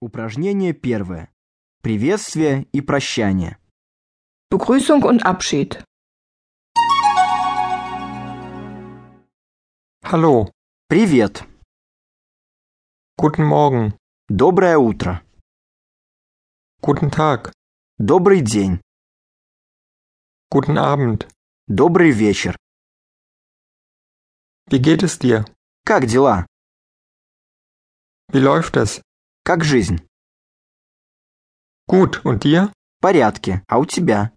Упражнение первое. Приветствие и прощание. Begrüßung und Abschied. Hallo, Привет. guten Morgen, Доброе утро. guten Tag, Добрый день. guten Abend. Добрый вечер. Wie geht es dir? Как дела? Wie läuft es? Как жизнь? Gut, und dir? В порядке. А у тебя?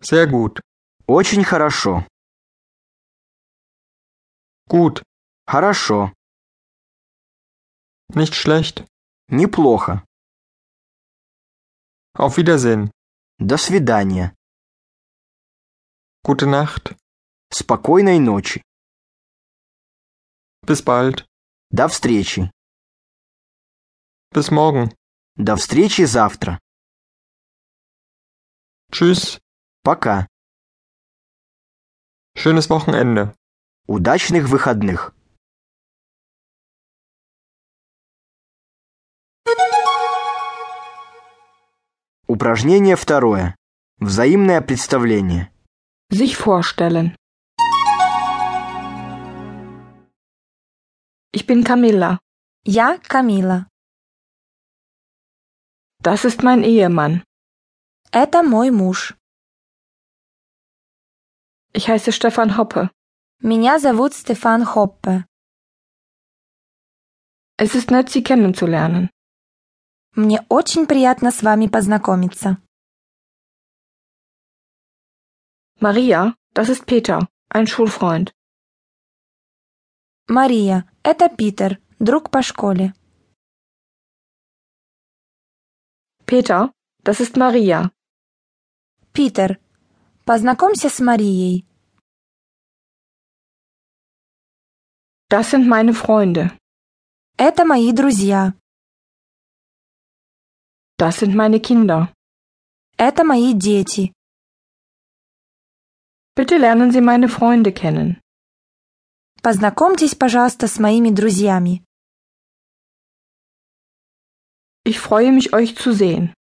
Sehr gut. Очень хорошо. Gut, Хорошо. nicht schlecht. Неплохо. Auf Wiedersehen. До свидания. Gute Nacht. Спокойной ночи. Bis bald. До встречи. Bis morgen. До встречи завтра. Tschüss. Пока. Schönes Wochenende. Удачных выходных. Упражнение второе. Взаимное представление. Sich vorstellen. Ich bin Camilla. Я Камила. Das ist mein Ehemann. Это мой муж. Ich heiße Stefan Hoppe. Меня зовут Стефан Хоппе. Es ist nett, Sie kennenzulernen. Мне очень приятно с вами познакомиться. Maria, das ist Peter, ein Schulfreund. Мария, это Питер, друг по школе. Peter, das ist Maria. Питер, познакомься с Марией. Das sind meine Freunde. Это мои друзья. Das sind meine Kinder. Это мои дети. Bitte lernen Sie meine Freunde kennen. Познакомьтесь, пожалуйста, с моими друзьями. Ich freue mich, euch zu sehen.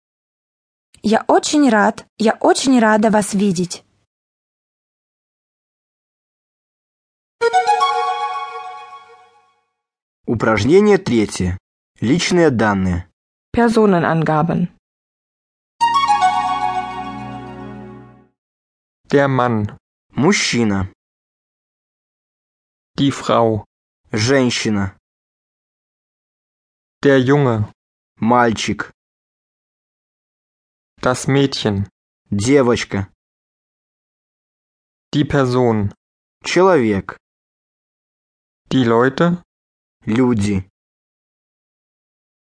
Я очень рад, я очень рада вас видеть. Упражнение третье. Личные данные. Personenangaben. Der Mann. Мужчина. Die Frau. Женщина. Der Junge. Мальчик. Das Mädchen. Девочка. Die Person. Человек. Die Leute. Люди.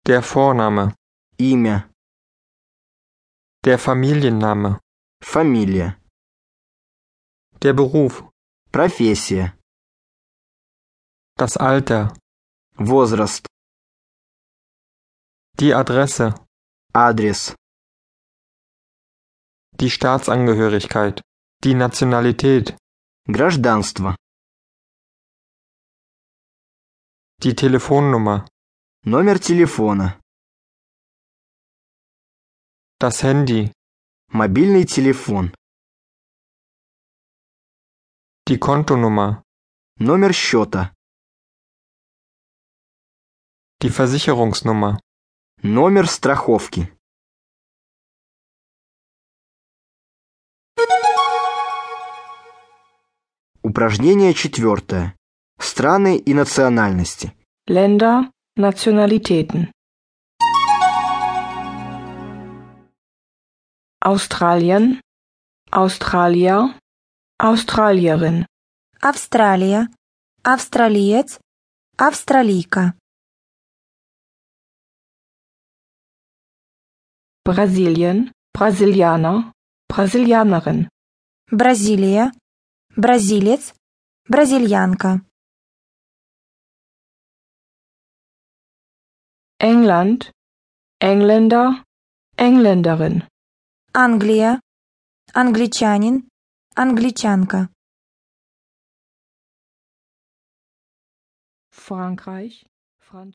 Der Vorname. Имя. Der Familienname. Фамилия. Der Beruf. Профессия. Das Alter. Возраст. Die Adresse. Адрес. Die Staatsangehörigkeit. Die Nationalität. Гражданство. Die Telefonnummer. Номер телефона. Das Handy. Мобильный телефон. Die Kontonummer. Номер счета. Die Versicherungsnummer. Номер страховки. Упражнение четвертое. Страны и национальности. Länder, Nationalitäten. Australien, Australier, Australierin, Австралия, австралиец, австралийка. Brasilien, Brasilianer, Brasilianerin, Бразилия, бразилец, бразильянка. England, Engländer, Engländerin, Англия, англичанин, англичанка. Frankreich,